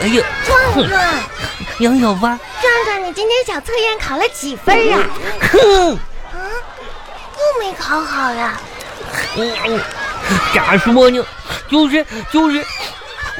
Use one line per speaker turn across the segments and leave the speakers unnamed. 哎呦，
壮壮，
杨小发，
壮壮，你今天小测验考了几分儿啊？
哼，
啊，又没考好啊呀？
嗯咋说呢？就是就是，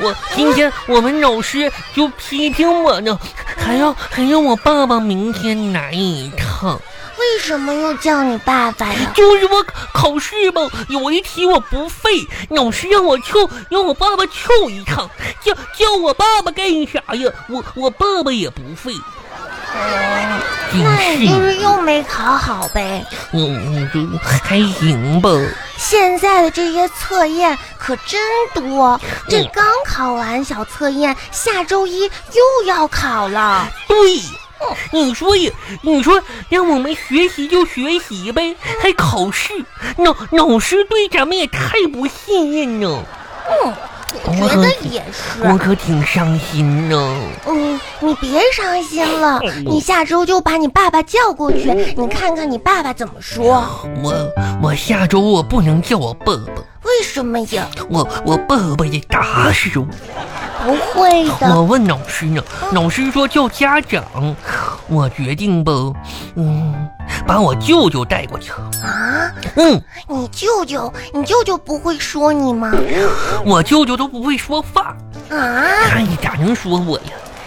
我今天我们老师就批评我呢，还让还让我爸爸明天来一趟。
为什么又叫你爸爸呀？
就是我考试吧，有一题我不会，老师让我臭，让我爸爸臭一趟，叫叫我爸爸干啥呀？我我爸爸也不会，
哦那
真
你就是是又没考好呗。
嗯，就还行吧。
现在的这些测验可真多，这刚考完小测验，下周一又要考了。
对，你说也，你说让我们学习就学习呗，还考试，老老师对咱们也太不信任了，
嗯，我觉得也是。
我可挺伤心呢。
嗯，你别伤心了
哎呦，哦
你下周就把你爸爸叫过去，你看看你爸爸怎么说。
我我下周我不能叫我爸爸。
为什么呀？
我我爸爸也打死我！
不会的，
我问老师呢，老师说叫家长。我决定吧，嗯，把我舅舅带过去。
啊，
嗯，
你舅舅，你舅舅不会说你吗？
我舅舅都不会说话，
啊，
那你咋能说我呀？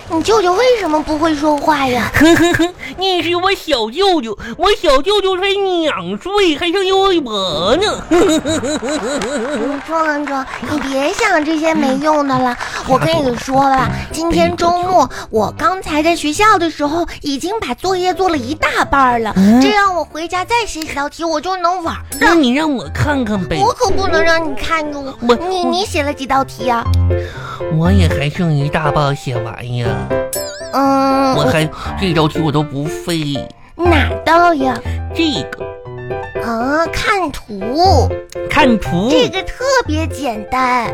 你舅舅为什么不会说话呀？
呵呵呵，那是我小舅舅，我小舅舅才两岁，还上幼儿园呢。
嗯壮壮，你别想这些没用的了。我跟你说吧，今天周末，我刚才在学校的时候已经把作业做了一大半儿了，
嗯
这样我回家再写几道题，我就能玩儿
那
了。
你让我看看呗，
我可不能让你看着我
我，
你你写了几道题啊？
我也还剩一大半写完呀，
嗯，
啊我还这道题我都不会，
哪道呀？
这个
啊，看图，
嗯看图。
这个特别简单。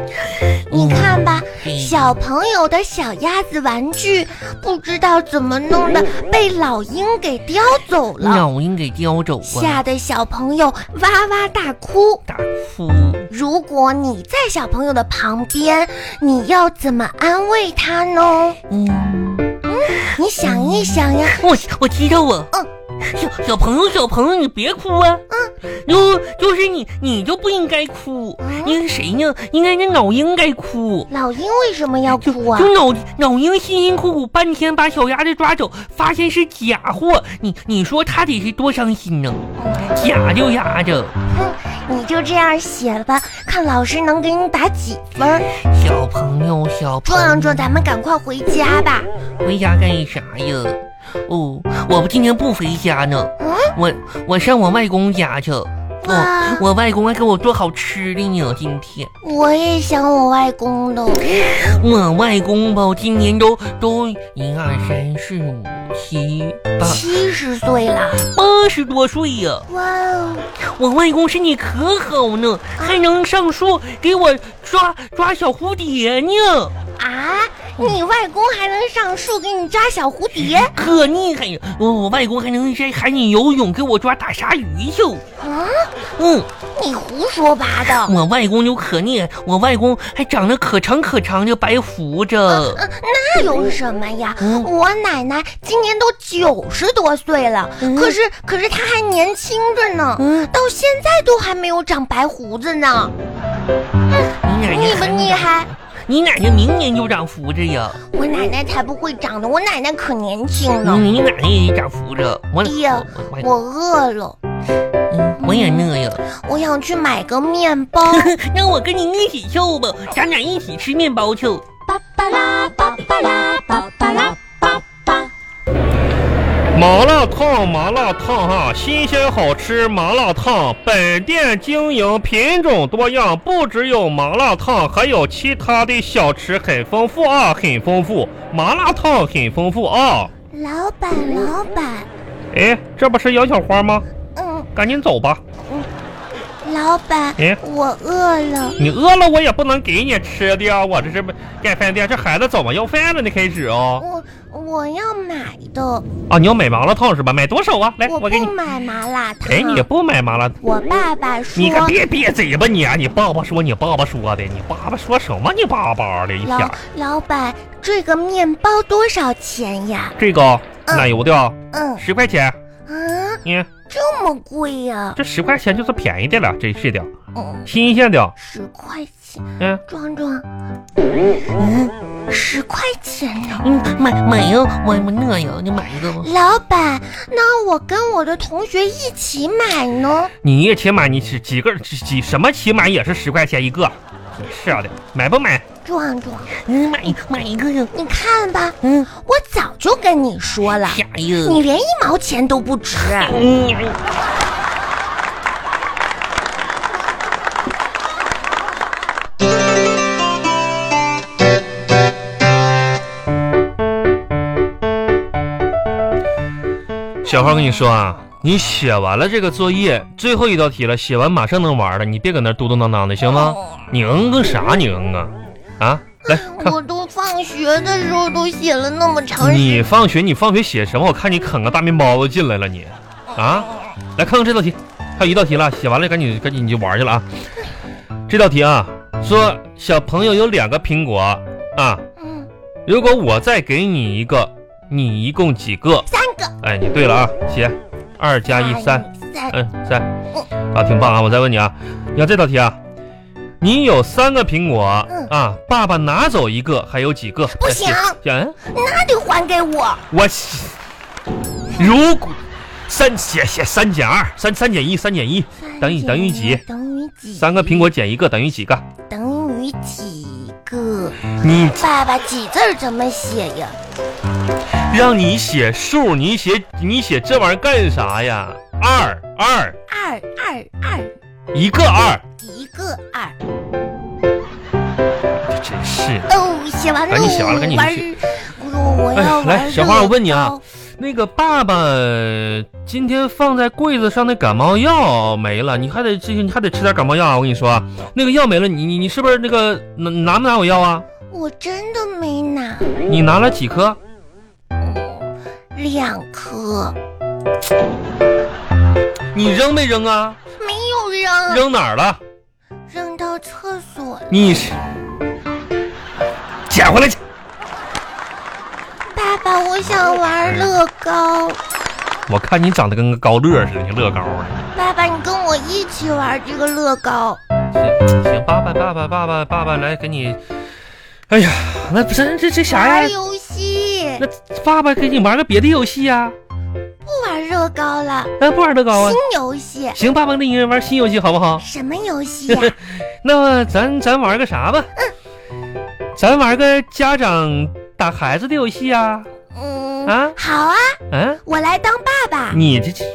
你看吧，
嗯
小朋友的小鸭子玩具不知道怎么弄的，被老鹰给叼走了，
老鹰给叼走啊，
吓得小朋友哇哇大哭。
大哭。
如果你在小朋友的旁边，你要怎么安慰他呢？
嗯，
你想一想呀，
我我知道啊。
嗯
小小朋友，小朋友，你别哭啊。嗯，就就是你，你就不应该哭
嗯。
应该谁呢？应该那老鹰该哭。
老鹰为什么要
就
哭啊？
就老老鹰辛辛苦苦半天把小鸭子抓走，发现是假货，你你说他得是多伤心呢？假就鸭子，
嗯，你就这样写吧，看老师能给你打几分儿。
小朋友，小朋友
壮壮，咱们赶快回家吧。
回家干啥呀？哦，我今天不回家呢，
嗯
我我上我外公家去。
哇
哦，我外公还给我做好吃的呢。今天
我也想我外公的。
我外公吧，今年都都一二三四五七八
七十岁了，
八十多岁呀、
哇哦！
我外公身体可好呢，还能上树给我抓抓小蝴蝶呢，
啊，你外公还能上树给你抓小蝴蝶？
可厉害呀！我我外公还能在海里游泳，给我抓大鲨鱼去。
啊，
嗯。
你胡说八道！
我外公就可厉害，我外公还长得可长可长的白胡子。
嗯，那有什么呀？
嗯
我奶奶今年都九十多岁了，
嗯
可是可是她还年轻着呢，
嗯
到现在都还没有长白胡子呢。
你奶奶
厉不厉害？
你奶奶明年就长胡子呀？
我奶奶才不会长呢，我奶奶可年轻
嗯
了。
你奶奶也得长胡子。我
哎呀
我
我饿了，
嗯我也饿 呀。
我想去买个面包。
那我跟你一起去吧，咱俩一起吃面包去。
巴巴拉巴巴拉巴巴拉巴巴。
麻辣烫，麻辣烫哈，新鲜好吃麻辣烫。本店经营品种多样，不只有麻辣烫，还有其他的小吃，很丰富啊，很丰富。麻辣烫很丰富啊。
老板，老板，
哎，这不是杨小花吗？
嗯，
赶紧走吧，
老板
哎，
我饿了。
你饿了我也不能给你吃的啊。我这是盖饭店，这孩子怎么要饭了呢？开始啊
我我要买的，
啊！你要买麻辣烫是吧？买多少啊？来，
我
我给你
不。买麻辣烫。
哎，你也不买麻辣烫。
我爸爸说
你，可别憋嘴吧你啊！你爸爸说你爸爸说的，你爸爸说什么？你爸爸的一天
老老板，这个面包多少钱呀？
这个
嗯
奶油的啊，
嗯
十块钱，
啊，
你、
这么贵呀、
这十块钱就是便宜的了，真是的，
嗯，
新鲜的。
十块钱，
嗯，
壮壮，嗯，十块钱呢？
嗯，买买呀，买买那呀，你买一个吧。
老板，那我跟我的同学一起买呢？
你也起码你几几个几几什么起码也是十块钱一个，真是啊的，买不买？
壮壮，
嗯，买买一个呀。
你看吧，
嗯，
我早就跟你说了，
假呀。
嗯
你连一毛钱都不 值。
嗯，
小花跟你说啊，你写完了这个作业，最后一道题了，写完马上能玩了，你别搁那儿嘟嘟囔囔的，行吗？
哦
你嗯个啥你嗯啊？啊，来看
我都放学的时候都写了那么长时
你放学你放学写什么？我看你啃个大面包子进来了你，啊，来看看这道题，还有一道题了，写完了赶紧赶紧你就玩去了啊。这道题啊，说小朋友有两个苹果啊，
嗯，
如果我再给你一个，你一共几个？
三个哎
哎，你对了啊，写二加一三。
三，
嗯，三，啊，挺棒啊！我再问你啊，你看这道题啊，你有三个苹果
嗯
啊，爸爸拿走一个，还有几个？
不行
嗯，
那得还给我。
我如果三写写三减二，三三减一，三减一等于等于几？
等于几？
三个苹果减一个等于几个？
等于几个？
你
爸爸，几字儿怎么写呀？
让你写数，你写你写这玩意儿干啥呀？二二
二二二，
一个二，
一个二。
这真是的。
哦，写完了，
赶紧写完了赶紧
玩儿
去。
我我
哎
要玩
来小花
乐
我问你啊
高，
那个爸爸今天放在柜子上的感冒药没了，你还得这你还得吃点感冒药啊！我跟你说啊，那个药没了，你你你是不是那个拿拿没拿我药啊？
我真的没拿
你拿了几颗？
两颗，
你扔没扔啊？
没有扔，
扔哪儿了？
扔到厕所了。
你是捡回来去。
爸爸，我想玩乐高。
我看你长得跟个高乐似的，你乐高啊！
爸爸，你跟我一起玩这个乐高。
行行，爸爸爸爸爸爸爸爸来给你。哎呀，那不是这这啥
玩
呀？
游戏，
那爸爸给你玩个别的游戏呀、
不玩乐高了，
哎，不玩乐高啊
新。游戏。
行，爸爸领你玩新游戏好不好？
什么游戏呀、啊 嗯
那么咱咱玩个啥吧？咱玩个家长打孩子的游戏啊！
嗯，
啊
好啊，
嗯、
我来当爸爸。
你这这。